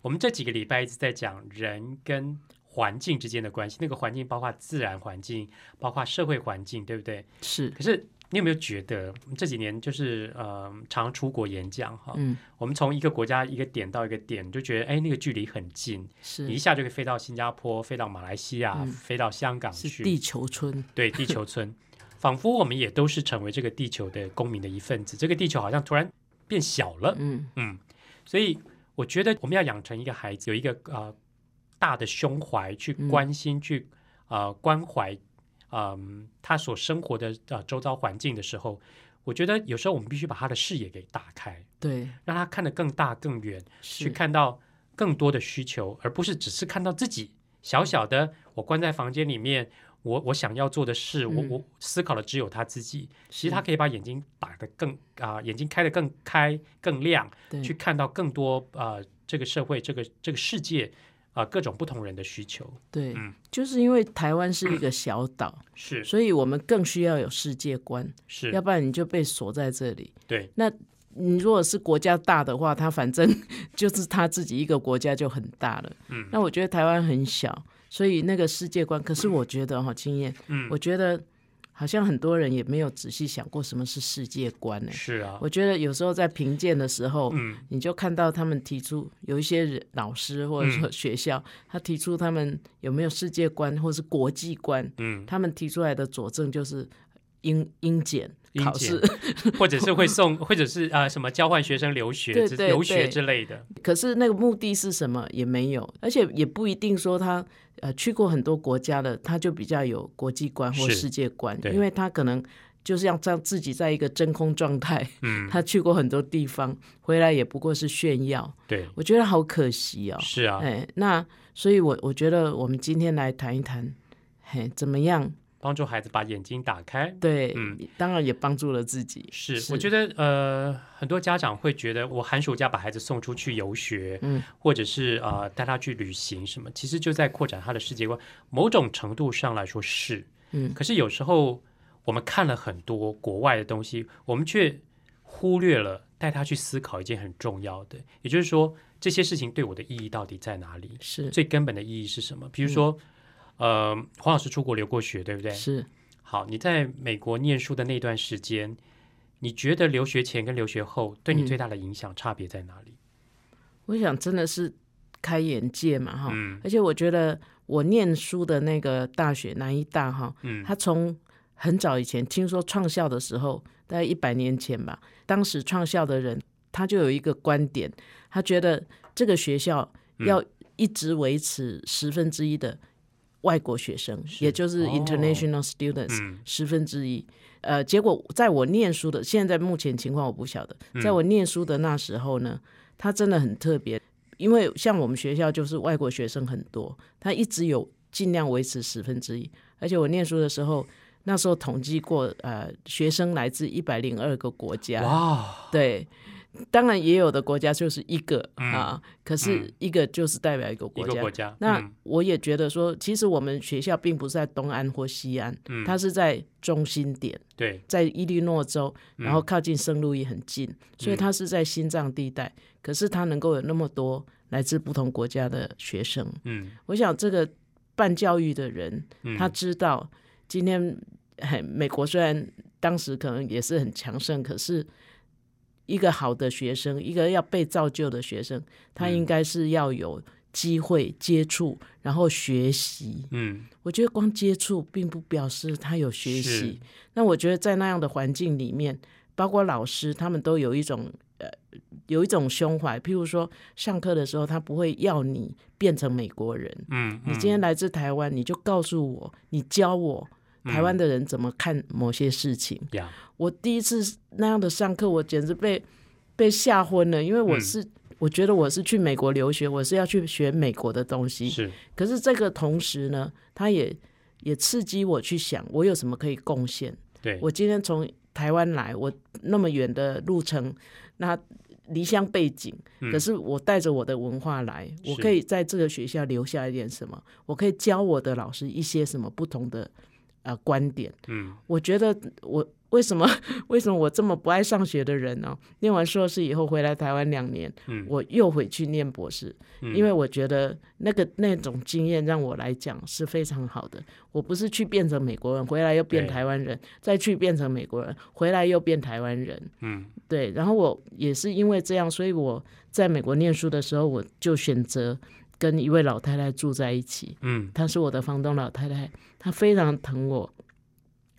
我们这几个礼拜一直在讲人跟环境之间的关系，那个环境包括自然环境，包括社会环境，对不对？是，可是你有没有觉得，我们这几年就是呃，常出国演讲哈，嗯，我们从一个国家一个点到一个点，就觉得哎，那个距离很近，你一是下就可以飞到新加坡，飞到马来西亚，嗯飞到香港是去，地球村，对地球村，仿佛我们也都是成为这个地球的公民的一份子。这个地球好像突然变小了，嗯，嗯，所以我觉得我们要养成一个孩子有一个呃大的胸怀去嗯关心、去呃关怀，嗯、他所生活的呃周遭环境的时候，我觉得有时候我们必须把他的视野给打开，对，让他看得更大更远，去是，看到更多的需求，而不是只是看到自己小小的我关在房间里面，我我想要做的事，我嗯我思考的只有他自己。其是实他可以把眼睛打得更啊、眼睛开得更开更亮，对去看到更多呃这个社会这个这个世界啊、各种不同人的需求。对嗯，就是因为台湾是一个小岛，是所以我们更需要有世界观，要是，不然你就被锁在这里。对你如果是国家大的话，它反正 就是他自己一个国家就很大了。嗯那我觉得台湾很小，所以那个世界观，可是我觉得哈，经验，嗯我觉得好像很多人也没有仔细想过什么是世界观欸呢、是啊，我觉得有时候在评鉴的时候，嗯你就看到他们提出有一些人老师或者说学校，他提出他们有没有世界观或是国际观，嗯，他们提出来的佐证就是英英检英考检试， 或者是会送，或者是啊、呃什么交换学生留学对之、对留学对之类的。可是那个目的是什么也没有，而且也不一定说他呃去过很多国家的，他就比较有国际观或是世界观，对因为他可能就是要让自己在一个真空状态，嗯，他去过很多地方，回来也不过是炫耀， 对，我觉得好可惜哦。是啊，哎，那所以我，我觉得我们今天来谈一谈，嘿，怎么样？帮助孩子把眼睛打开。对，嗯当然也帮助了自己。是，是我觉得呃，很多家长会觉得，我寒暑假把孩子送出去游学，嗯，或者是呃带他去旅行什么，其实就在扩展他的世界观。某种程度上来说是，嗯可是有时候我们看了很多国外的东西，我们却忽略了带他去思考一件很重要的，也就是说，这些事情对我的意义到底在哪里？是最根本的意义是什么？比如说，呃，黄老师出国留过学，对不对？嗯是，好，你在美国念书的那段时间，你觉得留学前跟留学后对嗯你最大的影响差别在哪里？我想真的是开眼界嘛，哈。嗯而且我觉得我念书的那个大学南医大哈，嗯他从很早以前听说创校的时候，大概一百年前吧，当时创校的人他就有一个观点，他觉得这个学校嗯要一直维持十分之一的外国学生，也就是哦 international students、嗯十分之一。呃，结果在我念书的，现在目前情况我不晓得，嗯在我念书的那时候呢，他真的很特别，因为像我们学校就是外国学生很多，他一直有尽量维持十分之一，而且我念书的时候。那时候统计过，呃，学生来自一百零二个国家，哇，对，当然也有的国家就是一个、啊，可是嗯一个就是代表一个一国个家。国家，那嗯我也觉得说，其实我们学校并不是在东安或西安，嗯它是在中心点，对，在伊利诺州，嗯然后靠近圣路易很近，所以它是在心脏地带。可是它能够有那么多来自不同国家的学生，嗯我想这个办教育的人，嗯，他知道今天哎美国虽然当时可能也是很强盛，可是一个好的学生，一个要被造就的学嗯生，他应该是要有机会接触，然后学习。嗯我觉得光接触并不表示他有学是习。那我觉得在那样的环境里面，包括老师，他们都有一种呃有一种胸怀，譬如说上课的时候，他不会要你变成美国人。嗯，你嗯今天来自台湾，你就告诉我，你教我台湾的人怎么看某些事情。嗯呀，我第一次那样的上课，我简直被被吓昏了，因为我嗯是、我觉得我是去美国留学，我是要去学美国的东西。是可是这个同时呢，它也也刺激我去想，我有什么可以贡献。对，我今天从台湾来，我那么远的路程，那离乡背景，嗯可是我带着我的文化来，是我可以在这个学校留下一点什么，我可以教我的老师一些什么不同的呃观点。嗯，我觉得我为什么 为什么我这么不爱上学的人呢、念完硕士以后回来台湾两年，嗯我又回去念博士，嗯因为我觉得那个那种经验让我来讲是非常好的。我不是去变成美国人，回来又变对台湾人，再去变成美国人，回来又变台湾人。嗯对，然后我也是因为这样，所以我在美国念书的时候，我就选择跟一位老太太住在一起。嗯她是我的房东老太太，她非常疼我。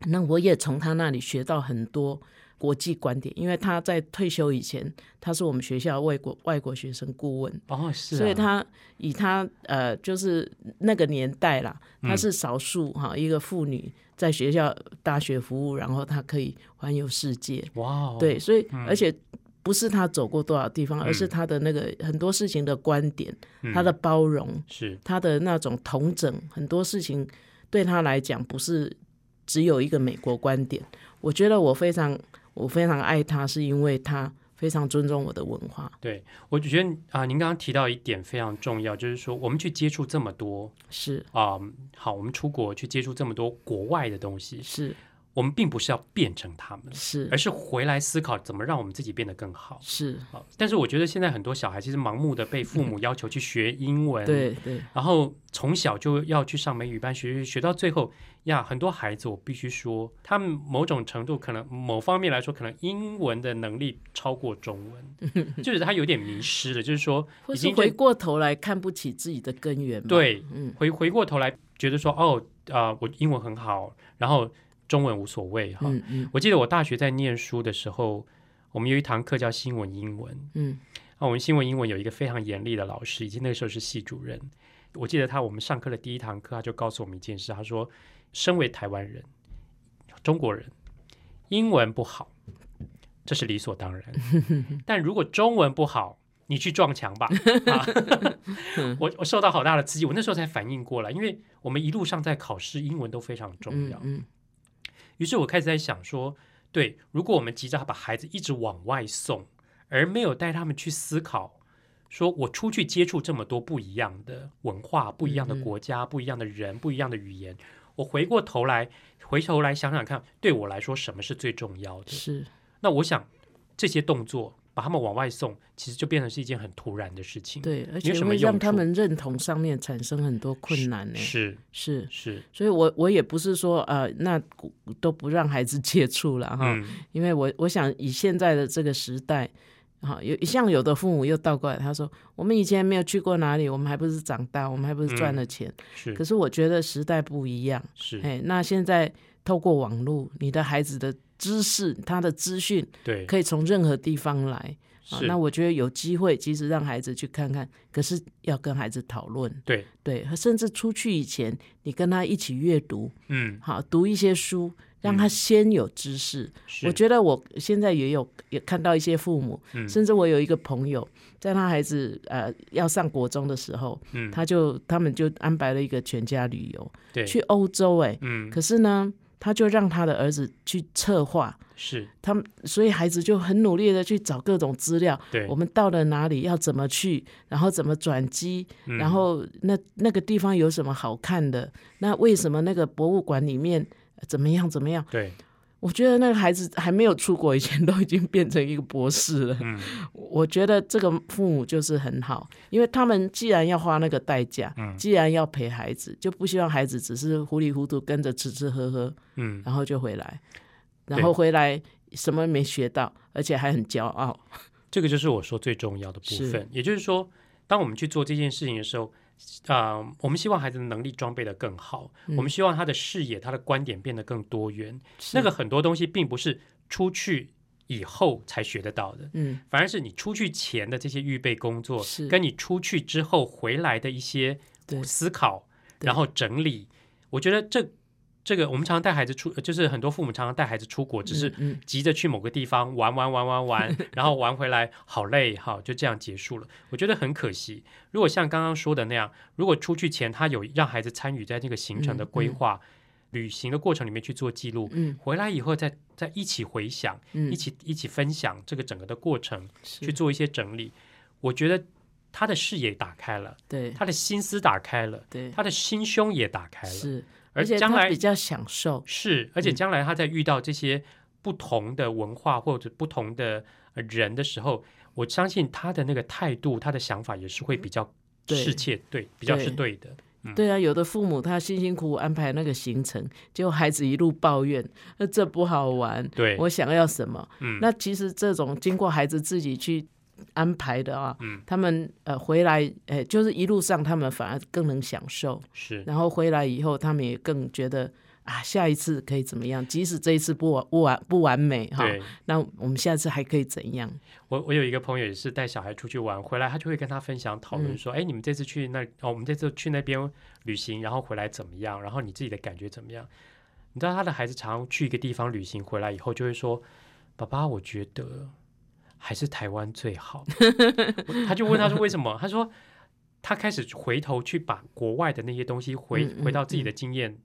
那我也从她那里学到很多国际观点，因为她在退休以前，她是我们学校外国外国学生顾问，哦是啊，所以她以她呃就是那个年代啦，她嗯是少数哈、一个妇女在学校大学服务，然后她可以环游世界，哇哦，对，所以、而且。不是她走过多少地方，而是嗯她的那个很多事情的观点，嗯她的包容，是他的那种同整，很多事情对他来讲不是只有一个美国观点。我觉得我非常我非常爱他，是因为他非常尊重我的文化。我觉得啊、您刚刚提到一点非常重要，就是说我们去接触这么多是啊、好，我们出国去接触这么多国外的东西，是我们并不是要变成他们，是而是回来思考怎么让我们自己变得更好。是，好，但是我觉得现在很多小孩其实盲目的被父母要求去学英文，，对对然后从小就要去上美语班学，学学到最后呀，很多孩子我必须说，他们某种程度可能某方面来说，可能英文的能力超过中 文，就是他有点迷失了，就是说或已是经回就过头来看不起自己的根源嘛。，对嗯，回回过头来觉得说哦啊、我英文很好，然后中文无所谓哈。嗯嗯我记得我大学在念书的时候，我们有一堂课叫新闻英文，嗯，啊，我们新闻英文有一个非常严厉的老师，以及那个时候是系主任。我记得他，我们上课的第一堂课，他就告诉我们一件事，他说：“身为台湾人、中国人，英文不好，这是理所当 然。但如果中文不好，你去撞墙 吧。啊”嗯我我受到好大的刺激，我那时候才反应过来，因为我们一路上在考试，英文都非常重嗯要。嗯于是我开始在想说，对，如果我们急着把孩子一直往外送，而没有带他们去思考，说我出去接触这么多不一样的文化、不一样的嗯国家、不一样的人、不一样的语言，我回过头来，回头来想想看，对我来说什么是最重要的？是那我想这些动作把他们往外送，其实就变成是一件很突然的事情。对，而有且什么会让用他处们认同上面产生很多困难呢。是是，是，所以我我也不是说呃，那都不让孩子 接触了哈。嗯，因为我我想以现在的这个时代，啊，有像有的父母又倒过来，他说我们以前没有去过哪里，我们还不是长大，我们还不是赚了钱。可嗯是是我觉得时代不一样，是，哎，那现在透过网络，你的孩子的知识、他的资讯对，可以从任何地方来。啊是，那我觉得有机会，其实让孩子去看看，可是要跟孩子讨论，对，对，甚至出去以前，你跟他一起阅读，嗯，好，读一些书，让他先有知识，是我觉得我现在也有也看到一些父母，嗯甚至我有一个朋友，在他孩子呃要上国中的时候，嗯他就他们就安排了一个全家旅游对，去欧洲、哎，嗯，可是呢，他就让他的儿子去策划，是他们所以孩子就很努力的去找各种资料，对我，们到了哪里要怎么去，然后怎么转机，嗯然后那那个地方有什么好看的，那为什么那个博物馆里面呃怎么样怎么样。对，我觉得那个孩子还没有出国以前，都已经变成一个博士了。嗯。我觉得这个父母就是很好，因为他们既然要花那个代价，嗯既然要陪孩子，就不希望孩子只是糊里糊涂跟着吃吃喝喝，嗯，然后就回来，对然后回来什么没学到，而且还很骄傲。 这个就是我说最重要的部是分。也就是说，当我们去做这件事情的时候，啊、我们希望孩子的能力装备的更好，我们希望他的视野、他的观点变得更多元。那个很多东西并不是出去以后才学得到的。嗯，反而是你出去前的这些预备工作是，跟你出去之后回来的一些对思考，对然后整理，我觉得这这个我们常常带孩子出，呃就是很多父母常常带孩子出国，只是嗯急着去某个地方玩玩玩 玩玩，然后玩回来好累，好就这样结束了。我觉得很可惜。如果像刚刚说的那样，如果出去前他有让孩子参与在这个行程的规划、旅行的过程里面去做记录，嗯回来以后再再一起回想，嗯一，起一起分享这个整个的过程，去去做一些整理。我觉得他的视野打开了，对他的心思打开了，对他的心胸也打开了，是，而而且将他来比较享受，是，而且嗯将来他在遇到这些不同的文化或者不同的呃人的时候，我相信他的那个态度、他的想法也是会比较嗯对适切，对，比较是对对的。对啊，有的父母他辛辛苦苦安排那个行程，结果孩子一路抱怨，呃，这不好玩，对，我想要什么？嗯那其实这种经过孩子自己去安排的啊，嗯他们呃回来，呃，就是一路上他们反而更能享受，是然后回来以后他们也更觉得啊，下一次可以怎么样？即使这一次不完不完不完美哈，对。那我们下次还可以怎样？我我有一个朋友也是带小孩出去玩，回来他就会跟他分享讨论嗯说，哎、你们这次去那哦，我们这次去那边旅行，然后回来怎么样？然后你自己的感觉怎么样？你知道他的孩子常常去一个地方旅行回来以后，就会说，爸爸，我觉得还是台湾最好。我他就问他说为什么？他说他开始回头去把国外的那些东西回、嗯嗯回到自己的经验。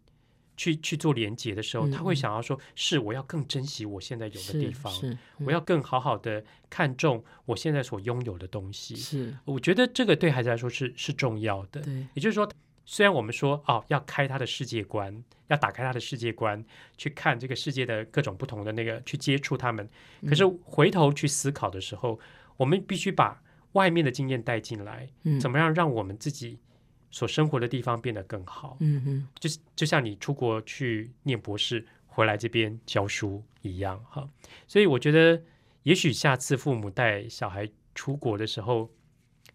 去去做连接的时候，嗯他会嗯想要说：是我要更珍惜我现在有的是地方，是嗯我要更好好的看重我现在所拥有的东西。是，我觉得这个对孩子来说是是重要的。对也就是说，虽然我们说哦要开他的世界观，要打开他的世界观，去看这个世界的各种不同的那个，去接触他们，可嗯是回头去思考的时候，我们必须把外面的经验带进来，嗯怎么样让我们自己所生活的地方变得更好？嗯嗯，就是就像你出国去念博士，回来这边教书一样哈。所以我觉得，也许下次父母带小孩出国的时候，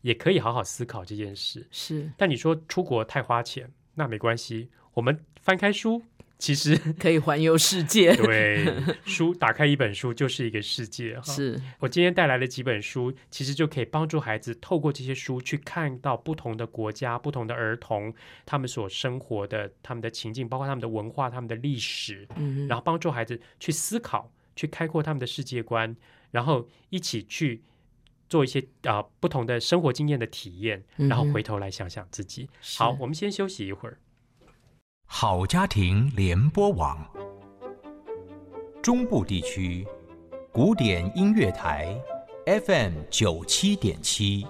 也可以好好思考这件事。是但你说出国太花钱，那没关系，我们翻开书，其实可以环游世 界，对书打开一本书就是一个世界哈。是我今天带来了几本书，其实就可以帮助孩子透过这些书去看到不同的国家、不同的儿童他们所生活的、他们的情境，包括他们的文化、他们的历史，嗯嗯然后帮助孩子去思考、去开阔他们的世界观，然后一起去做一些啊、呃不同的生活经验的体验，嗯哼然后回头来想想自己。是好，我们先休息一会儿。好家庭联播网，中部地区古典音乐台 FM 九七点七，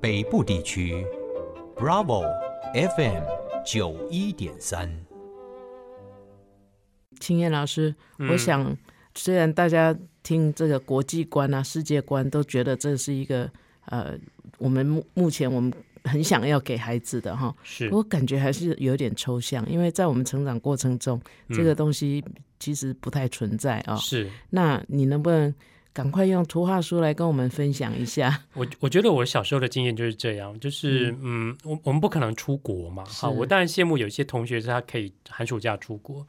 北部地区 Bravo FM 九一点三。青燕老师，我嗯想虽然大家听这个国际观啊、世界观，都觉得这是一个呃，我们目目前我们很想要给孩子的哈，是我感觉还是有点抽象，因为在我们成长过程中，这个东西其实不太存在啊、嗯是，那你能不能赶快用图画书来跟我们分享一 下？我我觉得我小时候的经验就是这样，就是嗯我我们不可能出国嘛，哈，是我当然羡慕有一些同学是他可以寒暑假出国，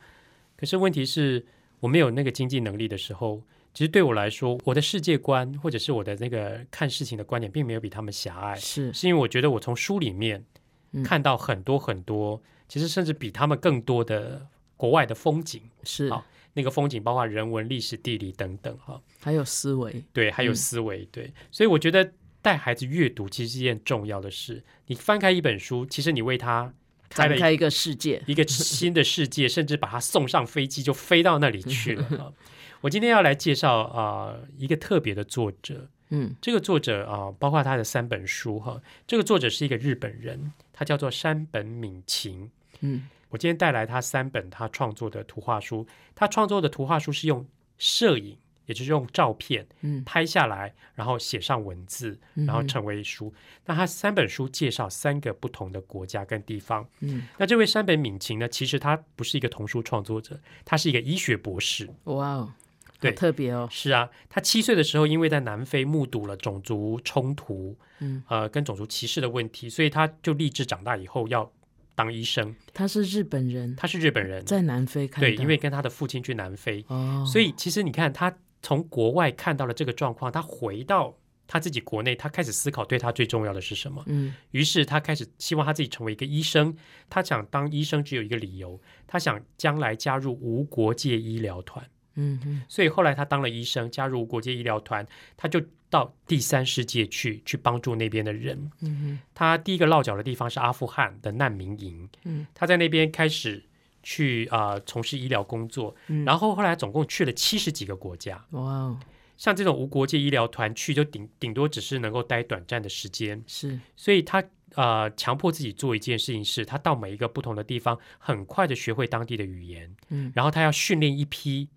可是问题是我没有那个经济能力的时候，其实对我来说，我的世界观或者是我的那个看事情的观点，并没有比他们狭隘，是是因为我觉得我从书里面嗯看到很多很多，其实甚至比他们更多的国外的风景，是，好那个风景包括人文、历史、地理等等，哈，还有思维，对，还有嗯思维，对，所以我觉得带孩子阅读其实是一件重要的事。你翻开一本书，其实你为他开展了开一一个世界。一 个新的世界，甚至把他送上飞机就飞到那里去 了。啊我今天要来介绍啊、呃一个特别的作者，嗯这个作者啊、包括他的三本书哈、这个作者是一个日本人，他叫做山本敏晴。嗯，我今天带来他三本他创作的图画书，他创作的图画书是用摄影，也就是用照片，嗯拍下来，然后写上文字，嗯然后哼成为书。那他三本书介绍三个不同的国家跟地方。 嗯，那这位山本敏晴呢，其实他不是一个童书创作者，他是一个医学博士。哇哦，对好特别哦，是啊，他七岁的时候，因为在南非目睹了种族冲突，嗯，呃，跟种族歧视的问题，所以他就立志长大以后要当医生。他是日本人，他是日本人，在南非看到，对，因为跟他的父亲去南非，哦，所以其实你看，他从国外看到了这个状况，他回到他自己国内，他开始思考对他最重要的是什么。嗯，于是他开始希望他自己成为一个医生，他想当医生只有一个理由，他想将来加入无国界医疗团。嗯嗯所以后来他当了医生，加入国际医疗团，他就到第三世界去，去帮助那边的人。嗯他第一个落脚的地方是阿富汗的难民营，嗯，他在那边开始去啊、呃从事医疗工作，嗯然后后来总共去了七十几个国家。哼，哇哦，像这种无国界医疗团去，就顶顶多只是能够待短暂的时间，是，所以他。呃，强迫自己做一件事情是，他到每一个不同的地方，很快的学会当地的语言，嗯然后他要训练一批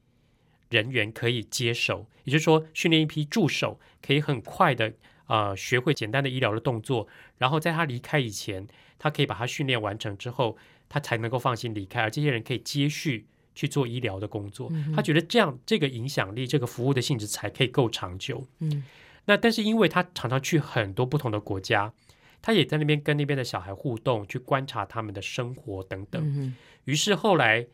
人员可以接手，也就是说，训练一批助手可以很快的呃学会简单的医疗的动作，然后在他离开以前，他可以把他训练完成之后，他才能够放心离开，而这些人可以接续去做医疗的工作。嗯他觉得这样这个影响力、这个服务的性质才可以够长久。嗯那但是因为他常常去很多不同的国家，他也在那边跟那边的小孩互动，去观察他们的生活等等。嗯哼，于是后来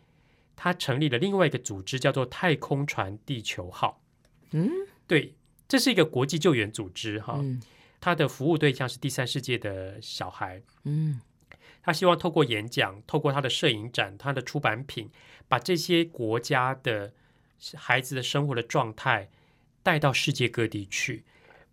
他成立了另外一个组织，叫做太空船地球号。嗯，对，这是一个国际救援组织哈，嗯它的服务对象是第三世界的小孩。嗯他希望透过演讲，透过他的摄影展、他的出版品，把这些国家的孩子的生活的状态带到世界各地去。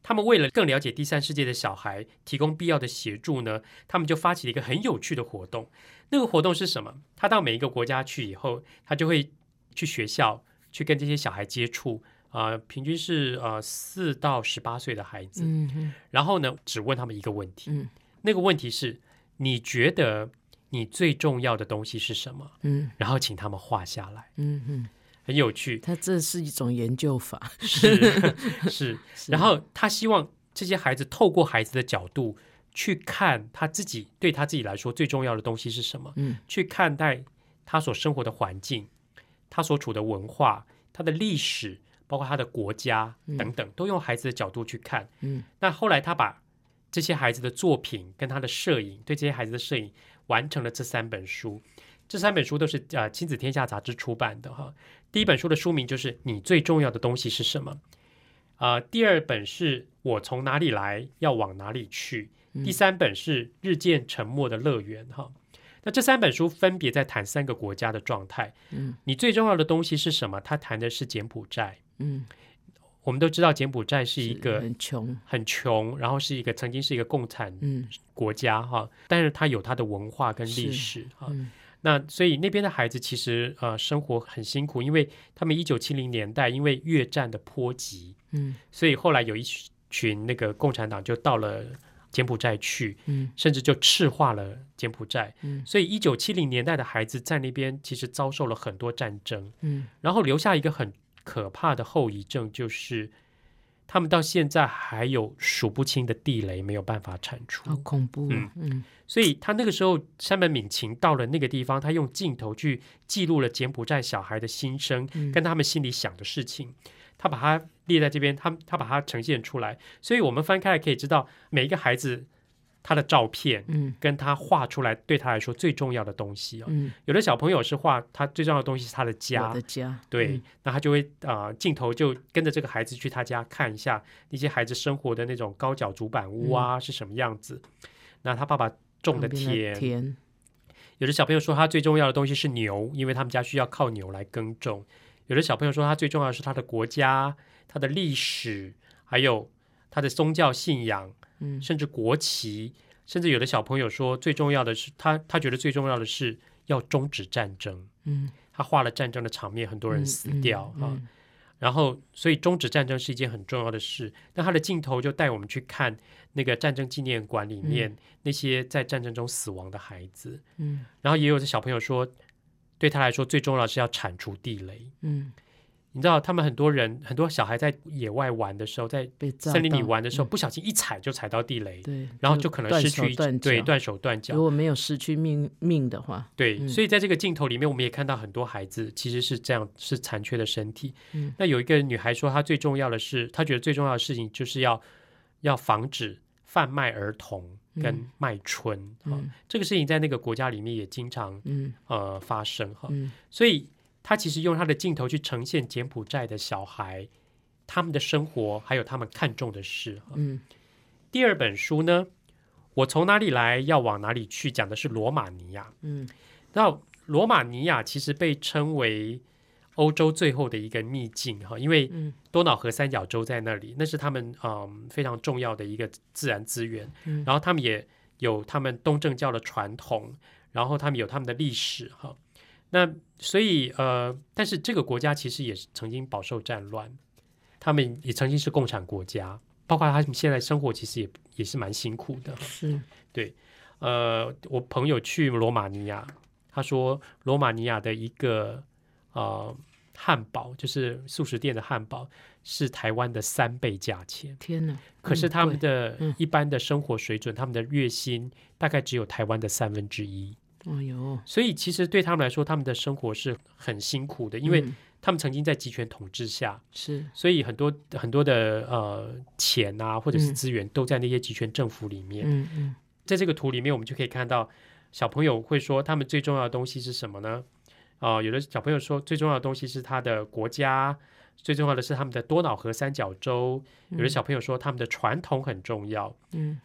他们为了更了解第三世界的小孩，提供必要的协助呢，他们就发起了一个很有趣的活动。那个活动是什么？他到每一个国家去以后，他就会去学校去跟这些小孩接触。啊、平均是呃四到十八岁的孩子，嗯哼，然后呢，只问他们一个问题。嗯那个问题是：你觉得你最重要的东西是什么？嗯然后请他们画下来，嗯哼，很有趣。他这是一种研究法， 是是，是然后他希望这些孩子透过孩子的角度去看他自己对他自己来说最重要的东西是什么，嗯去看待他所生活的环境、他所处的文化、他的历史，包括他的国家等等，都用孩子的角度去看。嗯那后来他把这些孩子的作品跟他的摄影，对这些孩子的摄影完成了这三本书。这三本书都是呃亲子天下杂志出版的哈。第一本书的书名就是《你最重要的东西是什么》啊、第二本是我从哪里来，要往哪里去，嗯第三本是日渐沉默的乐园哈。那这三本书分别在谈三个国家的状态。嗯，你最重要的东西是什么？他谈的是柬埔寨。嗯，我们都知道柬埔寨是一个很穷，很穷，然后是一个曾经是一个共产嗯国家哈，但是它有它的文化跟历是史哈。嗯那所以那边的孩子其实呃生活很辛苦，因为他们一九七零年代因为越战的波及，嗯所以后来有一群那个共产党就到了柬埔寨去，嗯甚至就赤化了柬埔寨。嗯所以一九七零年代的孩子在那边其实遭受了很多战争，嗯然后留下一个很可怕的后遗症，就是他们到现在还有数不清的地雷没有办法铲除。好恐怖哦，嗯所以他那个时候，山本敏晴到了那个地方，他用镜头去记录了柬埔寨小孩的心声，嗯跟他们心里想的事情，他把它列在这边，他他把它呈现出来。所以我们翻开来可以知道，每一个孩子他的照片嗯跟他画出来对他来说最重要的东西哦。嗯，有的小朋友是画他最重要的东西是他的家我的，家，对嗯，那他就会啊、呃镜头就跟着这个孩子去他家看一下那些孩子生活的那种高脚竹板屋啊、是什么样子。那他爸爸种的嗯旁边田，田，有的小朋友说他最重要的东西是牛，因为他们家需要靠牛来耕种。有的小朋友说他最重要的是他的国家、他的历史，还有他的宗教信仰，嗯甚至国旗。甚至有的小朋友说最重要的是他，他觉得最重要的是要终止战争。嗯，他画了战争的场面，很多人嗯死嗯掉、啊。嗯然后，所以终止战争是一件很重要的事。那他的镜头就带我们去看那个战争纪念馆里面、那些在战争中死亡的孩子。嗯然后也有的小朋友说，对他来说最重要的是要铲除地雷。嗯，你知道，他们很多人，很多小孩在野外玩的时候，在被森林里玩的，的时候，不小心一踩就踩到地雷，嗯对，然后就可能断失手去一断对脚断手断如脚。果没有失去命命的话，对，嗯所以在这个镜头里面，我们也看到很多孩子其实是这样，是残缺的身体。嗯那有一个女孩说，她最重要的是，她觉得最重要的事情就是要要防止贩卖儿童跟嗯卖春啊、嗯这个事情在那个国家里面也经常嗯呃发生哈。嗯所以他其实用他的镜头去呈现柬埔寨的小孩，他们的生活，还有他们看重的事。嗯第二本书呢，我从哪里来，要往哪里去，讲的是罗马尼亚。嗯那罗马尼亚其实被称为欧洲最后的一个秘境哈，因为嗯多瑙河三角洲在那里，那是他们嗯非常重要的一个自然资源。嗯然后他们也有他们东正教的传统，然后他们有他们的历史哈。那所以呃，但是这个国家其实也是曾经饱受战乱，他们也曾经是共产国家，包括他们现在生活其实也也是蛮辛苦的哈。是呃，我朋友去罗马尼亚，他说罗马尼亚的一个呃汉堡，就是素食店的汉堡，是台湾的三倍价钱。天哪！可是嗯他们贵的嗯一般的生活水准，他们的月薪大概只有台湾的三分之一，哎呦，所以其实对他们来说，他们的生活是很辛苦的，因为嗯他们曾经在集权统治下，是所以很多很多的呃钱啊，或者是嗯资源都在那些集权政府里面。嗯嗯在这个图里面，我们就可以看到小朋友会说他们最重要的东西是什么呢？啊、有的小朋友说最重要的东西是他的国家，最重要的是他们的多瑙河三角洲。有的小朋友说他们的传统很重要，嗯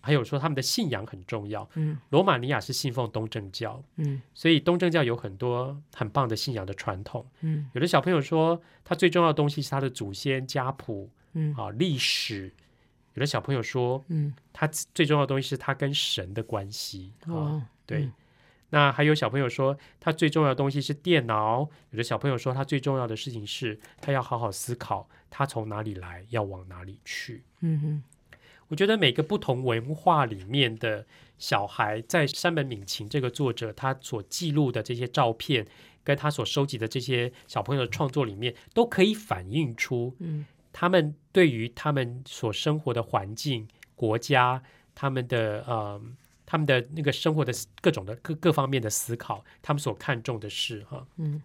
还有说他们的信仰很重要。嗯罗马尼亚是信奉东正教，嗯所以东正教有很多很棒的信仰的传统。嗯有的小朋友说他最重要的东西是他的祖先家谱嗯啊、历史。有的小朋友说嗯，他最重要的东西是他跟神的关系啊。哇，对。嗯那还有小朋友说，他最重要的东西是电脑。有的小朋友说，他最重要的事情是他要好好思考，他从哪里来，要往哪里去。嗯嗯我觉得每个不同文化里面的小孩，在山本敏晴这个作者他所记录的这些照片，跟他所收集的这些小朋友的创作里面，都可以反映出嗯他们对于他们所生活的环境、国家、他们的呃、他们的那个生活的各种的各各方面的思考，他们所看重的事哈。嗯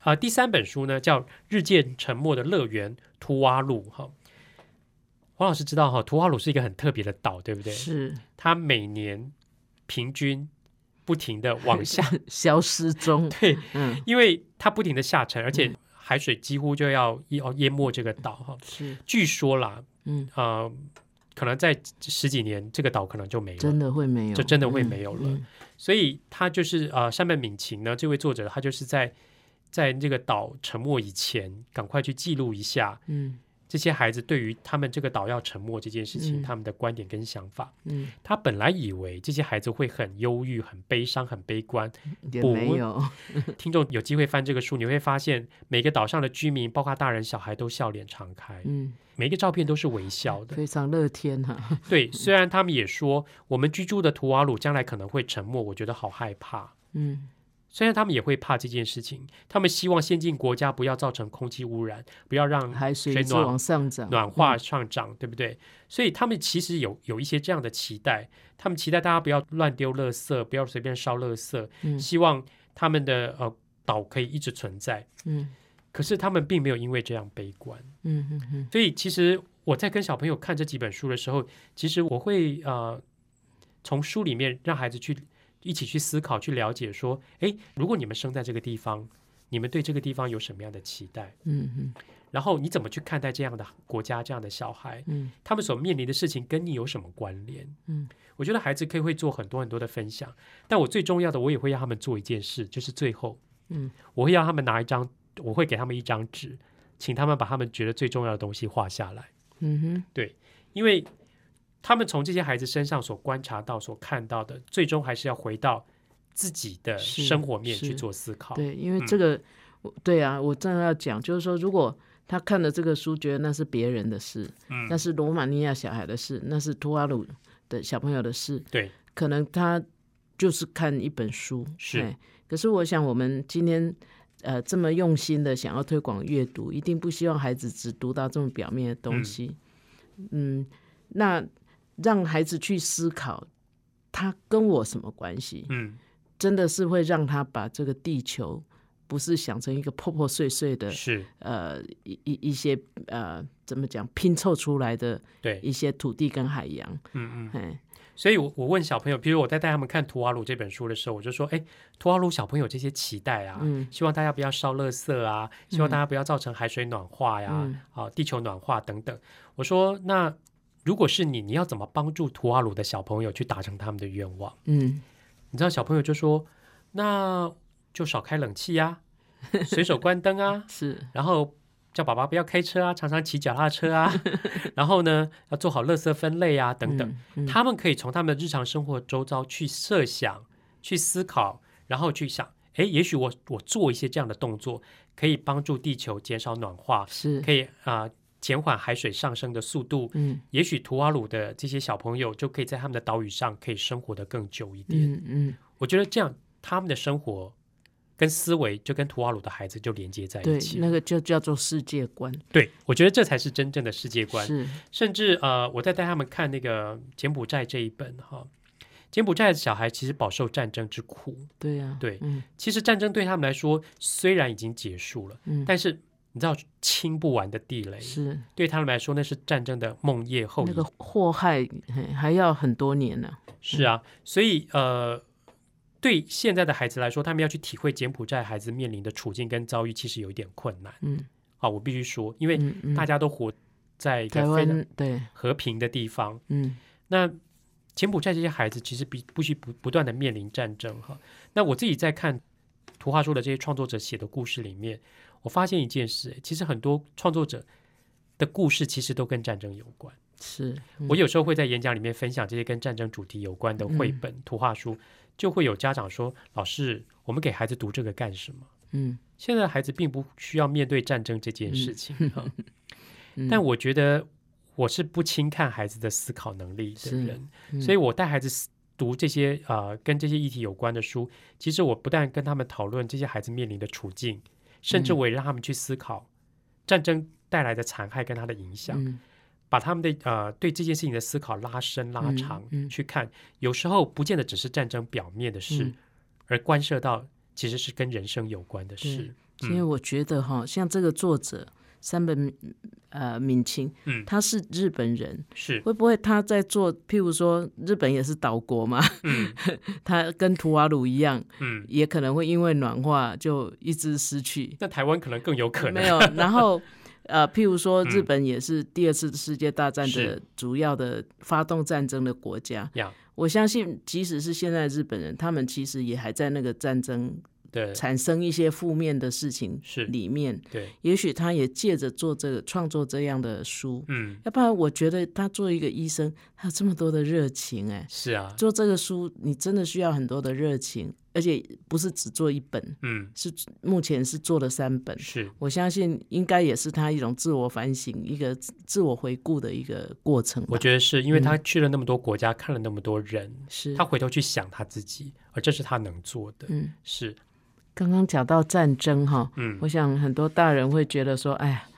啊、第三本书呢叫《日渐沉默的乐园——图瓦鲁》哈。黄老师知道哈，图瓦鲁是一个很特别的岛，对不对？是，它每年平均不停的往下 消失 中，对，嗯因为它不停的下沉，而且海水几乎就要要淹没这个岛哈。是据说啦，嗯，呃，可能在十几年，这个岛可能就没了，真的会没有，就真的会嗯没有了。嗯所以他就是呃，山本敏晴呢，这位作者他就是在在这个岛沉没以前，赶快去记录一下嗯这些孩子对于他们这个岛要沉没这件事情、嗯他们的观点跟想法。嗯，他本来以为这些孩子会很忧郁、很悲伤、很悲 观。也补没有，听众有机会翻这个书，你会发现每个岛上的居民，包括大人小孩，都笑脸常开，嗯，每一个照片都是微笑的。非常乐天啊哈、对，虽然他们也说我们居住的图瓦鲁将来可能会沉没，我觉得好害怕。嗯虽然他们也会怕这件事情，他们希望先进国家不要造成空气污染，不要让海水水一直暖往上涨，暖化上涨，对不对？所以他们其实有有一些这样的期待，他们期待大家不要乱丢垃圾，不要随便烧垃圾，嗯希望他们的呃岛可以一直存在。嗯可是他们并没有因为这样悲观，嗯嗯嗯所以其实我在跟小朋友看这几本书的时候，其实我会呃从书里面让孩子去一起去思考、去了解，说，诶，如果你们生在这个地方，你们对这个地方有什么样的期待？嗯嗯然后你怎么去看待这样的国家、这样的小孩，嗯他们所面临的事情跟你有什么关联？嗯，我觉得孩子可以会做很多很多的分享，但我最重要的，我也会让他们做一件事，就是最后，嗯，我会让他们拿一张，我会给他们一张纸，请他们把他们觉得最重要的东西画下来。嗯哼，因为他们从这些孩子身上所观察到、所看到的，最终还是要回到自己的是生活面去是做思考。对，因为嗯这个，我对啊，我正要讲，就是说，如果他看了这个书，觉得那是别人的事，嗯那是罗马尼亚小孩的事，那是图瓦鲁的小朋友的事，对可能他就是看一本书，是哎。可是我想，我们今天呃这么用心的想要推广阅读，一定不希望孩子只读到这么表面的东西。嗯那让孩子去思考，他跟我什么关系？嗯，真的是会让他把这个地球。不是想成一个破破碎碎的，是，呃，一一一些呃，怎么讲拼凑出来的对，一些土地跟海洋，嗯嗯。哎，所以我，我问小朋友，比如我在带他们看《图瓦鲁》这本书的时候，我就说：“哎，图瓦鲁小朋友这些期待啊，嗯希望大家不要烧垃圾啊，希望大家不要造成海水暖化呀、嗯啊，地球暖化等等。”我说：“那如果是你，你要怎么帮助图瓦鲁的小朋友去达成他们的愿望？”嗯，你知道小朋友就说：“那就少开冷气呀、随手关灯啊，是，然后叫爸爸不要开车啊，常常骑脚踏车啊，然后呢要做好垃圾分类啊，等等。嗯他们可以从他们的日常生活周遭去设想、去思考，然后去想，诶，也许我我做一些这样的动作，可以帮助地球减少暖化，是，可以啊、呃减缓海水上升的速度。嗯也许图瓦鲁的这些小朋友就可以在他们的岛屿上可以生活得更久一点。嗯嗯，我觉得这样他们的生活跟思维就跟图瓦鲁的孩子就连接在对一，起了。那个就叫做世界观，对，我觉得这才是真正的世界观。是，甚至呃，我在带他们看那个柬埔寨这一本哈，柬埔寨的小孩其实饱受战争之苦。对呀，对嗯其实战争对他们来说虽然已经结束了，嗯，但是你知道清不完的地雷，是对他们来说那是战争的梦夜后遗那个祸害嘿还要很多年呢，是啊，所以呃，对现在的孩子来说，他们要去体会柬埔寨孩子面临的处境跟遭遇，其实有一点困难嗯啊。我必须说，因为嗯嗯，大家都活在一台个非常湾对，和平的地方，嗯那柬埔寨这些孩子其实必必须不不断的面临战争哈。那我自己在看图画书的这些创作者写的故事里面，我发现一件事，其实很多创作者的故事其实都跟战争有关。是，嗯我有时候会在演讲里面分享这些跟战争主题有关的绘本、图画书，就会有家长说：“老师，我们给孩子读这个干什么嗯？”现在的孩子并不需要面对战争这件事情，哈嗯但我觉得我是不轻看孩子的思考能力的是人，嗯所以我带孩子思读这些呃跟这些议题有关的书，其实我不但跟他们讨论这些孩子面临的处境，甚至嗯我也让他们去思考战争带来的残害跟它的影响。嗯把他们的呃对这件事情的思考拉伸拉嗯长、嗯去看，有时候不见得只是战争表面的事，嗯而关涉到其实是跟人生有关的事。因嗯为我觉得哈，像这个作者山本呃敏清，嗯他是日本人，是，会不会他在做，譬如说日本也是岛国嘛，嗯他跟图瓦鲁一样，嗯，也可能会因为暖化就一直失去，那台湾可能更有可能没有。然后呃，譬如说日嗯本也是第二次世界大战的是主要的发动战争的国家，呀我相信即使是现在日本人，他们其实也还在那个战争对产生一些负面的事情是里面，对，也许他也借着做这个创作这样的书，嗯，要不然我觉得他作为一个医生，他有这么多的热情哎、是啊，做这个书你真的需要很多的热情，而且不是只做一本，嗯是目前是做了三本。是我相信应该也是他一种自我反省、一个自自我回顾的一个过程吧。我觉得是嗯因为他去了那么多国家，看了那么多人，是他回头去想他自己，而这是他能做的。嗯，是，刚刚讲到战争哈，嗯我想很多大人会觉得说，哎呀，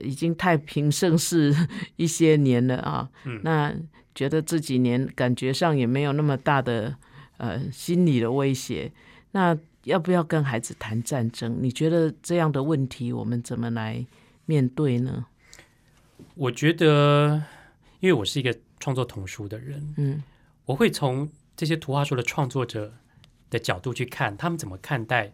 已经太平盛世一些年了啊，嗯那觉得这几年感觉上也没有那么大的呃心理的威胁，那要不要跟孩子谈战争？你觉得这样的问题我们怎么来面对呢？我觉得，因为我是一个创作童书的人，嗯我会从这些图画书的创作者的角度去看，他们怎么看待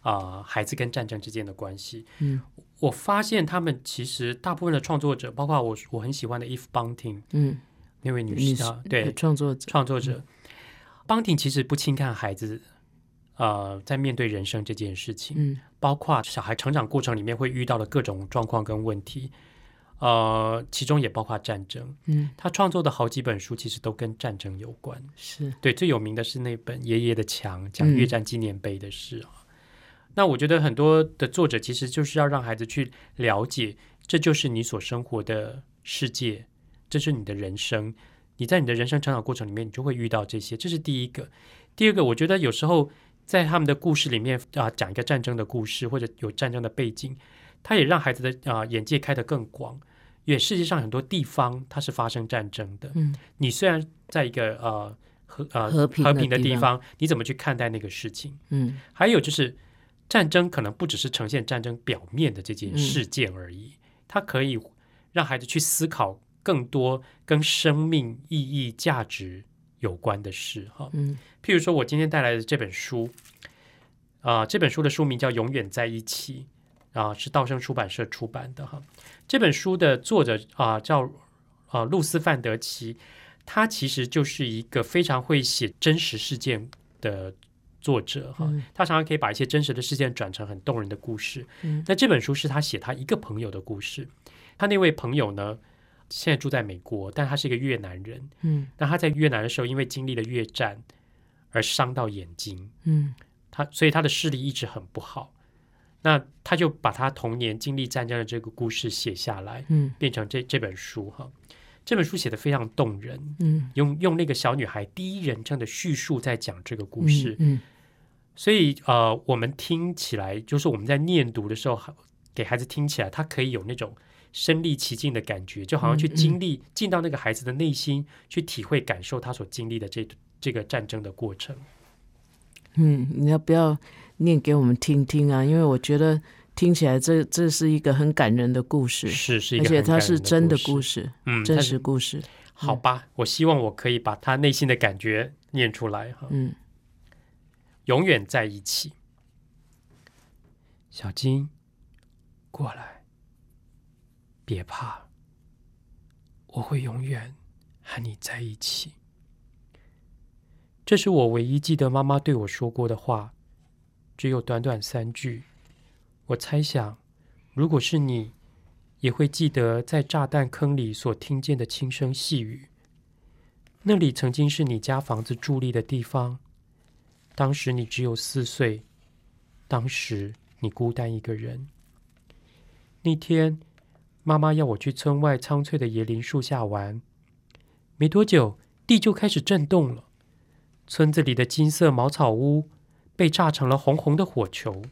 啊、呃孩子跟战争之间的关系。嗯，我发现他们其实大部分的创作者，包括我我很喜欢的 If Bunting 嗯，呃那位女你士是啊，对创作者，嗯创作者、邦 Bunting 其实不轻看孩子呃在面对人生这件事情，嗯包括小孩成长过程里面会遇到的各种状况跟问题。呃，其中也包括战争。嗯，他创作的好几本书其实都跟战争有关。是对，最有名的是那本《爷爷的墙》，讲越嗯战纪念碑的事啊。那我觉得很多的作者其实就是要让孩子去了解，这就是你所生活的世界，这是你的人生。你在你的人生成长过程里面，你就会遇到这些，这是第一个。第二个，我觉得有时候在他们的故事里面啊，讲一个战争的故事或者有战争的背景，它也让孩子的啊眼界开得更广。也世界上很多地方它是发生战争的，嗯，你虽然在一个呃和呃和平和的平的地地方方，你怎么去看待那个事情？嗯还有就是，战争可能不只是呈现战争表面的这件嗯事件而已，它可以让孩子去思考更多跟生命意义、价值有关的事哈。嗯譬如说，我今天带来的这本书，啊、这本书的书名叫《永远在一起》，啊、是道生出版社出版的哈。这本书的作者啊、叫啊、露丝·范德奇，他其实就是一个非常会写真实事件的作者哈。嗯他常常可以把一些真实的事件转成很动人的故事。嗯那这本书是他写他一个朋友的故事，他那位朋友呢，现在住在美国，但他是一个越南人。嗯那他在越南的时候，因为经历了越战而伤到眼睛，嗯他所以他的视力一直很不好。那他就把他童年经历战争的这个故事写下来，嗯变成这这本书哈。这本书写的非常动人，嗯，用用那个小女孩第一人称的叙述在讲这个故事，嗯所以呃，我们听起来就是我们在念读的时候，给孩子听起来，他可以有那种身临其境的感觉，就好像去经历、进到那个孩子的内心，去体会、感受他所经历的这这个战争的过程。嗯，你要不要念给我们听听啊？因为我觉得听起来这这是一个很感人的故事，是是一而个且很感人的故事，它是真的故故，事，嗯，真但是实故事。好吧，我希望我可以把他内心的感觉念出来哈。嗯永远在一起。小金，过来，别怕，我会永远和你在一起。这是我唯一记得妈妈对我说过的话，只有短短三句。我猜想，如果是你，也会记得在炸弹坑里所听见的轻声细语。那里曾经是你家房子伫立的地方，当时你只有四岁，当时你孤单一个人。那天，妈妈要我去村外苍翠的椰林树下玩，没多久地就开始震动了，村子里的金色茅草屋被炸成了红红的火球。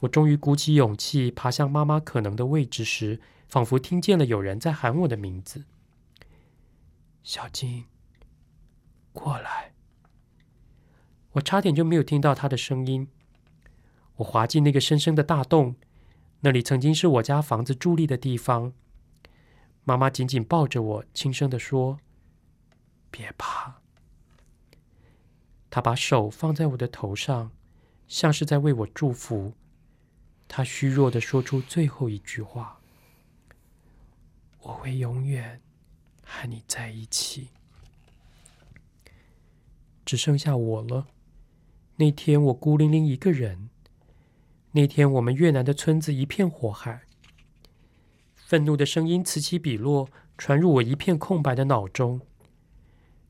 我终于鼓起勇气爬向妈妈可能的位置时，仿佛听见了有人在喊我的名字：“小金，过来。”我差点就没有听到他的声音。我滑进那个深深的大洞，那里曾经是我家房子伫立的地方。妈妈紧紧抱着我，轻声地说：“别怕。”她把手放在我的头上，像是在为我祝福。她虚弱地说出最后一句话：“我会永远和你在一起。”只剩下我了。那天我孤零零一个人。那天我们越南的村子一片火海，愤怒的声音此起彼落，传入我一片空白的脑中。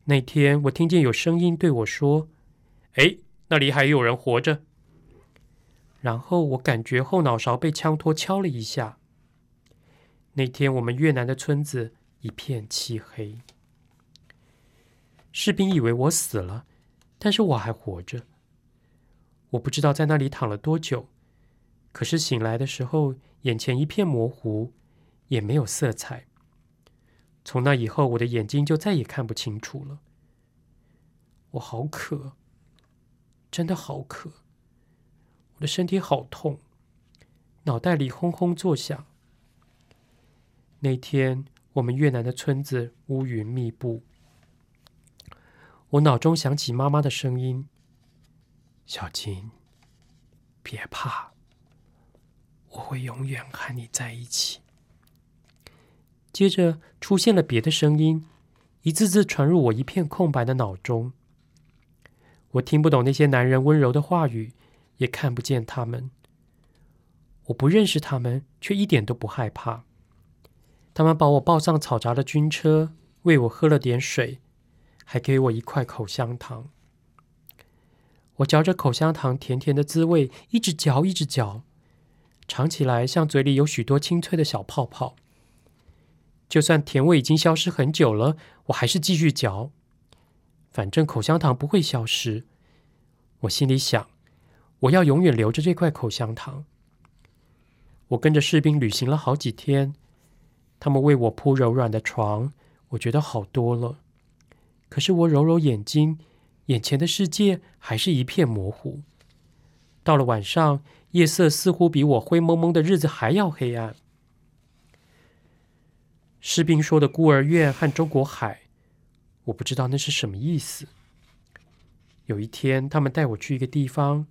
那天我听见有声音对我说：“哎，那里还有人活着。”然后我感觉后脑勺被枪托敲了一下。那天我们越南的村子一片漆黑。士兵以为我死了，但是我还活着。我不知道在那里躺了多久，可是醒来的时候，眼前一片模糊，也没有色彩。从那以后，我的眼睛就再也看不清楚了。我好渴，真的好渴。我的身体好痛，脑袋里轰轰作响。那天，我们越南的村子乌云密布，我脑中响起妈妈的声音：“小金，别怕，我会永远和你在一起。”接着出现了别的声音，一字字传入我一片空白的脑中。我听不懂那些男人温柔的话语，也看不见他们。我不认识他们，却一点都不害怕。他们把我抱上嘈杂的军车，喂我喝了点水，还给我一块口香糖。我嚼着口香糖甜甜的滋味，一直嚼一直嚼，尝起来像嘴里有许多清脆的小泡泡。就算甜味已经消失很久了，我还是继续嚼。反正口香糖不会消失，我心里想，我要永远留着这块口香糖。我跟着士兵旅行了好几天，他们为我铺柔软的床，我觉得好多了。可是我揉揉眼睛，眼前的世界还是一片模糊。到了晚上，夜色似乎比我灰蒙蒙的日子还要黑暗。士兵说的孤儿院和中国海，我不知道那是什么意思。有一天，他们带我去一个地方，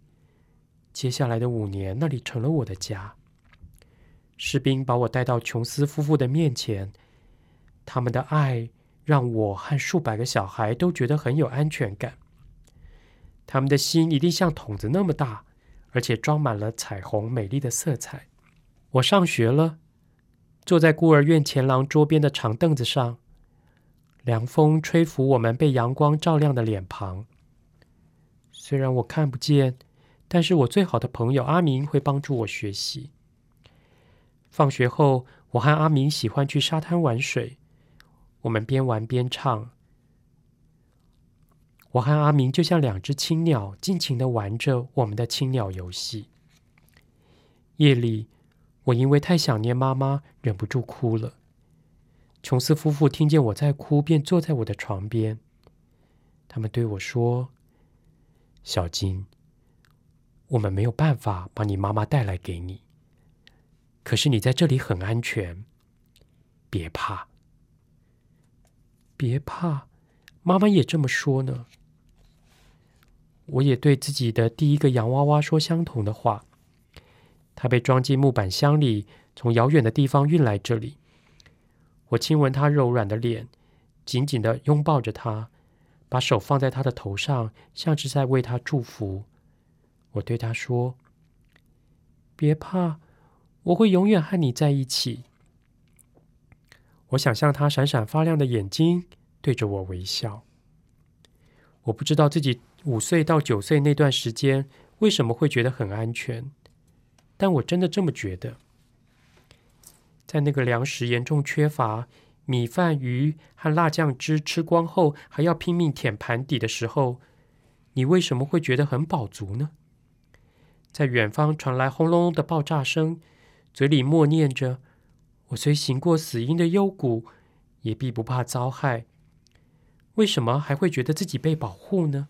接下来的五年，那里成了我的家。士兵把我带到琼斯夫妇的面前，他们的爱让我和数百个小孩都觉得很有安全感。他们的心一定像桶子那么大，而且装满了彩虹美丽的色彩。我上学了，坐在孤儿院前廊桌边的长凳子上，凉风吹拂我们被阳光照亮的脸庞。虽然我看不见，但是我最好的朋友阿明会帮助我学习。放学后，我和阿明喜欢去沙滩玩水，我们边玩边唱。我和阿明就像两只青鸟，尽情的玩着我们的青鸟游戏。夜里，我因为太想念妈妈，忍不住哭了。琼斯夫妇听见我在哭，便坐在我的床边。他们对我说：“小金，我们没有办法把你妈妈带来给你，可是你在这里很安全，别怕，别怕。”妈妈也这么说呢。我也对自己的第一个洋娃娃说相同的话。它被装进木板箱里，从遥远的地方运来这里。我亲吻它柔软的脸，紧紧的拥抱着它，把手放在它的头上，像是在为它祝福。我对它说：“别怕，我会永远和你在一起。”我想象它闪闪发亮的眼睛。对着我微笑。我不知道自己五岁到九岁那段时间为什么会觉得很安全，但我真的这么觉得。在那个粮食严重缺乏、米饭、鱼和辣酱汁吃光后还要拼命舔盘底的时候，你为什么会觉得很饱足呢？在远方传来轰隆隆的爆炸声，嘴里默念着：“我虽行过死荫的幽谷，也必不怕遭害。”为什么还会觉得自己被保护呢？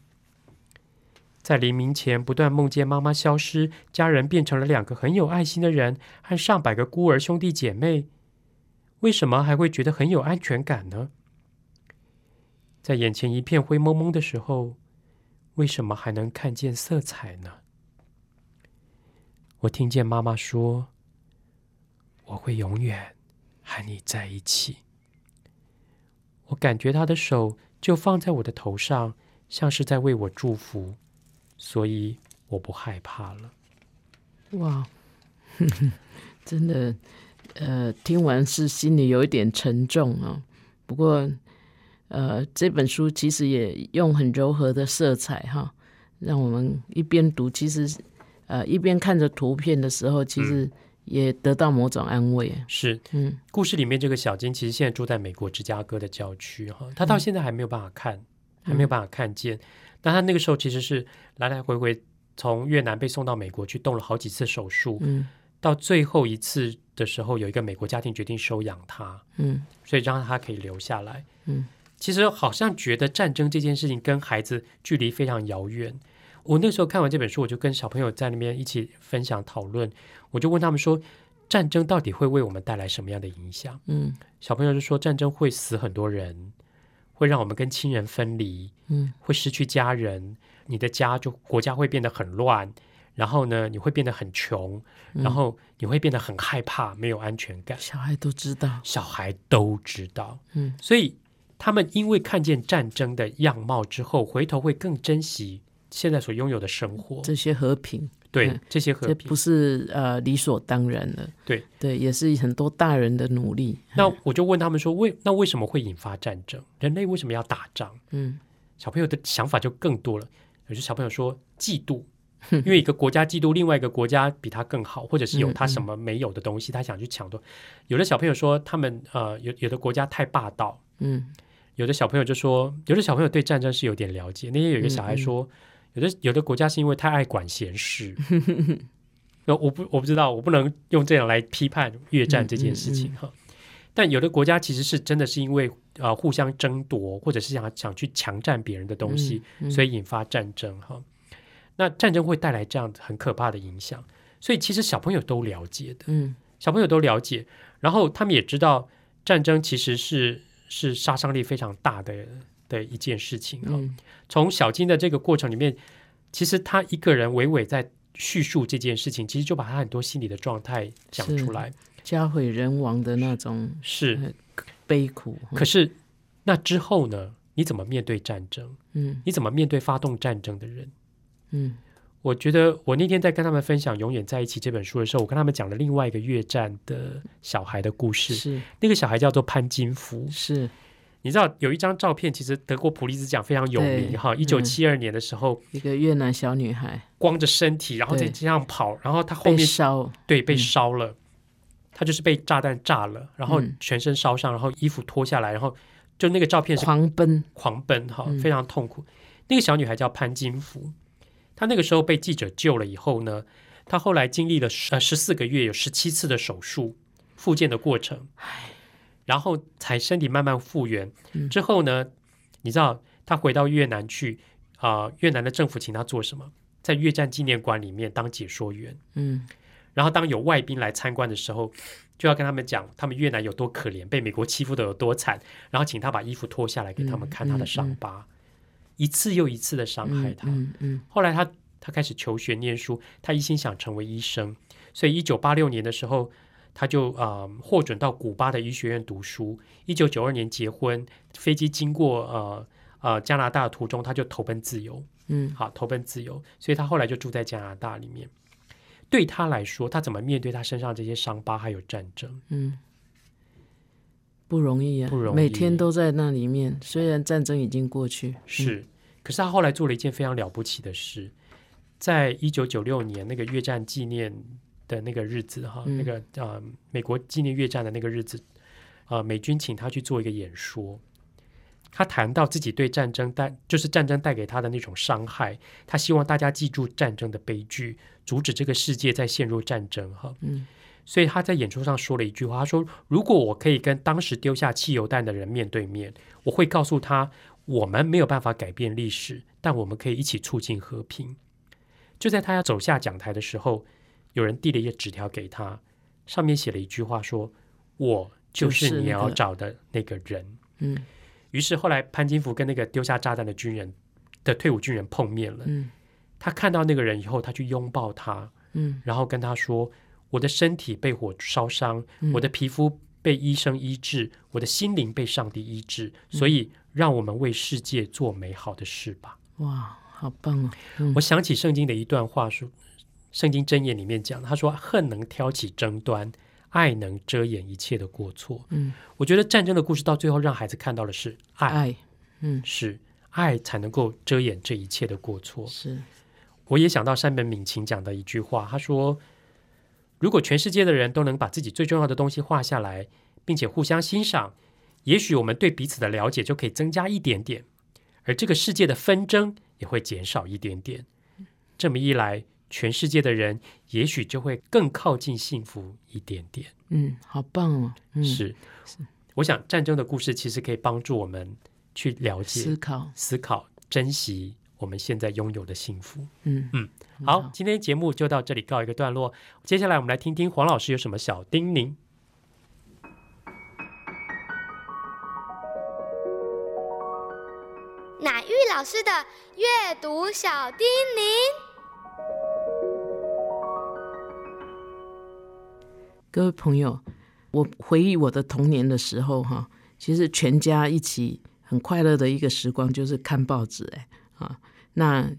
在黎明前不断梦见妈妈消失，家人变成了两个很有爱心的人和上百个孤儿兄弟姐妹，为什么还会觉得很有安全感呢？在眼前一片灰蒙蒙的时候，为什么还能看见色彩呢？我听见妈妈说：“我会永远和你在一起。”我感觉她的手。就放在我的头上，像是在为我祝福，所以我不害怕了。哇，真的，呃，听完是心里有一点沉重啊、哦。不过，呃，这本书其实也用很柔和的色彩哈，让我们一边读，其实呃一边看着图片的时候，其嗯实也得到某种安慰。是，嗯，故事里面这个小金其实现在住在美国芝加哥的郊区哈，他到现在还没有办法看，还没有办法看见。那他那个时候其实是来来回回从越南被送到美国去，动了好几次手术，嗯到最后一次的时候，有一个美国家庭决定收养他，嗯所以让他可以留下来。嗯，其实好像觉得战争这件事情跟孩子距离非常遥远。我那时候看完这本书，我就跟小朋友在那边一起分享讨论，我就问他们说，战争到底会为我们带来什么样的影响？嗯小朋友就说，战争会死很多人，会让我们跟亲人分离，嗯会失去家人，你的家就国家会变得很乱，然后呢，你会变得很穷，嗯然后你会变得很害怕，没有安全感。小孩都知道，小孩都知道，嗯，所以他们因为看见战争的样貌之后，回头会更珍惜现在所拥有的生活，这些和平，对嗯这些和这平不。是呃理所当然的。对对，也是很多大人的努力。那我就问他们说，为那为什么会引发战争？人类为什么要打仗？嗯小朋友的想法就更多了。有些小朋友说嫉妒，因为一个国家嫉妒另外一个国家比他更好，或者嗯是有他什么没有的东西，他想去抢夺。有的小朋友说他们呃有有的国家太霸道，嗯有的小朋友就说，有的小朋友对战争是有点了解。那天有一个小孩说，有的有的国家是因为太爱管闲事。那我不我不知道，我不能用这样来批判越战这件事情哈。但有的国家其实是真的是因为呃互相争夺，或者是想想去强占别人的东西，所以引发战争哈。那战争会带来这样很可怕的影响，所以其实小朋友都了解的。嗯小朋友都了解，然后他们也知道战争其实是是杀伤力非常大的的一件事情啊、哦。嗯从小金的这个过程里面，其实他一个人娓娓在叙述这件事情，其实就把他很多心理的状态讲出来。家毁人亡的那种是，悲苦。可是那之后呢？你怎么面对战争？嗯你怎么面对发动战争的人？嗯我觉得我那天在跟他们分享《永远在一起》这本书的时候，我跟他们讲了另外一个越战的小孩的故事。是那个小孩叫做潘金福，是你知道有一张照片，其实德国普利兹奖非常有名对嗯哈。一九七二年的时候，一个越南小女孩光着身体，然后在对街上跑，然后他后被面烧，对，被嗯烧了，他就是被炸弹炸了，然后嗯全身烧伤，然后衣服脱下来，然后就那个照片是狂奔，狂奔哈，嗯非常痛苦。那个小女孩叫潘金福，她那个时候被记者救了以后呢，她后来经历了十呃十四个月，有十七次的手术复健的过程，然后才身体慢慢复原。嗯之后呢，你知道她回到越南去啊、越南的政府请她做什么？在越战纪念馆里面当解说员。嗯然后当有外宾来参观的时候，就要跟他们讲他们越南有多可怜，被美国欺负的有多惨，然后请他把衣服脱下来给他嗯们看他的伤疤，一次又一次的伤害嗯他。嗯嗯后来他他开始求学念书，他一心想成为医生，所以一九八六年的时候。他就啊、呃获准到古巴的医学院读书。一九九二年结婚，飞机经过呃呃加拿大的途中，他就投奔自由。嗯好，投奔自由，所以他后来就住在加拿大里面。对他来说，他怎么面对他身上这些伤疤还有战争？嗯，不容易啊，不容易每天都在那里面。虽然战争已经过去，是，可是他后来做了一件非常了不起的事，在一九九六年那个越战纪念的那个日子哈，嗯那个呃美国纪念越战的那个日子，呃美军请他去做一个演说，他谈到自己对战争带就是战争带给他的那种伤害，他希望大家记住战争的悲剧，阻止这个世界再陷入战争哈。嗯，所以他在演出上说了一句话，他说：“如果我可以跟当时丢下汽油弹的人面对面，我会告诉他，我们没有办法改变历史，但我们可以一起促进和平。”就在他要走下讲台的时候，有人递了一个纸条给他，上面写了一句话说：“我就是就是你那要个找的那个人。嗯于是后来潘金福跟那个丢下炸弹的军人的退伍军人碰面了。嗯他看到那个人以后，他去拥抱他，嗯然后跟他说：“我的身体被火烧伤，嗯我的皮肤被医生医治，我的心灵被上帝医治，嗯所以让我们为世界做美好的事吧。哇，好棒哦！嗯我想起圣经的一段话说，圣经箴言里面讲，他说：“恨能挑起争端，爱能遮掩一切的过错。”嗯，我觉得战争的故事到最后让孩子看到的是爱，爱，嗯是爱才能够遮掩这一切的过错。是我也想到山本敏晴讲的一句话，他说：“如果全世界的人都能把自己最重要的东西画下来，并且互相欣赏，也许我们对彼此的了解就可以增加一点点，而这个世界的纷争也会减少一点点。这么一来，全世界的人也许就会更靠近幸福一点点。嗯，好棒哦！嗯，是，我想战争的故事其实可以帮助我们去了思解、考，思考、珍惜我们现在拥有的幸福。嗯嗯，很好，，今天节目就到这里告一个段落。接下来我们来听听黄老师有什么小叮咛。乃玉老师的阅读小叮咛。各位朋友，我回忆我的童年的时候，哈，其实全家一起很快乐的一个时光就是看报纸，哎啊，那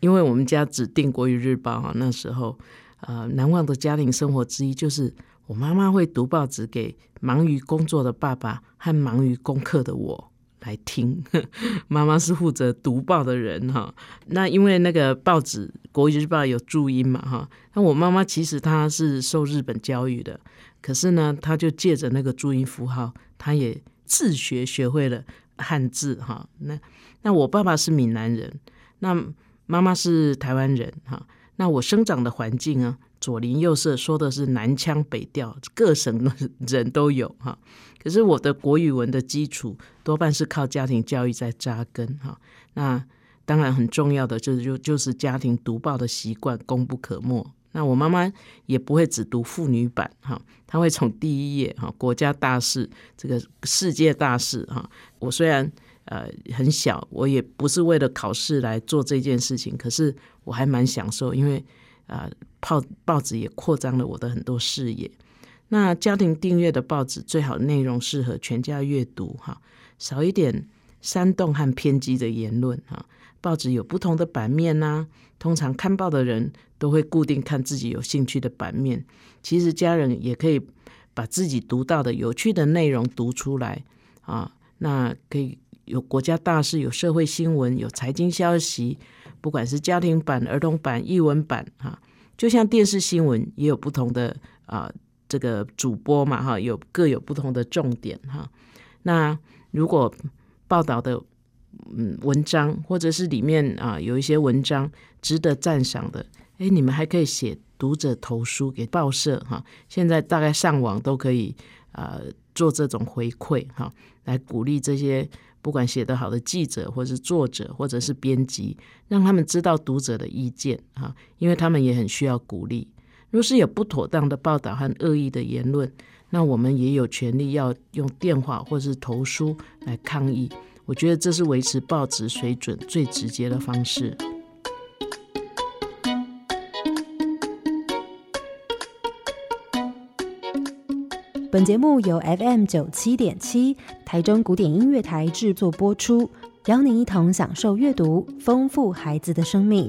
因为我们家只订《国语日报》哈，那时候呃，难忘的家庭生活之一就是我妈妈会读报纸给忙于工作的爸爸和忙于功课的我。来听， 妈妈是负责读报的人哈。那因为那个报纸《国语日报》有注音嘛哈，那我妈妈其实她是受日本教育的，可是呢，她就借着那个注音符号，她也自学学会了汉字哈。那那我爸爸是闽南人，那妈妈是台湾人哈。那我生长的环境啊，左邻右舍说的是南腔北调，各省的人 都有哈。可是我的国语文的基础多半是靠家庭教育在扎根哈。那当然很重要的就是就就是家庭读报的习惯功不可没。那我妈妈也不会只读妇女版哈，她会从第一页哈国家大事这个世界大事哈。我虽然呃很小，我也不是为了考试来做这件事情，可是我还蛮享受，因为啊、呃报报纸也扩张了我的很多视野。那家庭订阅的报纸最好内容适合全家阅读哈，少一点煽动和偏激的言论哈。报纸有不同的版面呐、通常看报的人都会固定看自己有兴趣的版面。其实家人也可以把自己读到的有趣的内容读出来啊，那可以有国家大事、有社会新闻、有财经消息，不管是家庭版、儿童版、译文版啊，就像电视新闻也有不同的啊这个主播嘛哈，有各有不同的重点哈、那如果报道的嗯文章，或者是里面啊有一些文章值得赞赏的，哎，你们还可以写读者投书给报社哈、现在大概上网都可以呃做这种回馈哈、来鼓励这些不管写得好的记者，或是作者，或者是编辑，让他们知道读者的意见哈、因为他们也很需要鼓励。若是有不妥当的报道和恶意的言论，那我们也有权利要用电话或是投书来抗议。我觉得这是维持报纸水准最直接的方式。本节目由 FM 九七点七台中古典音乐台制作播出，邀您一同享受阅读，丰富孩子的生命。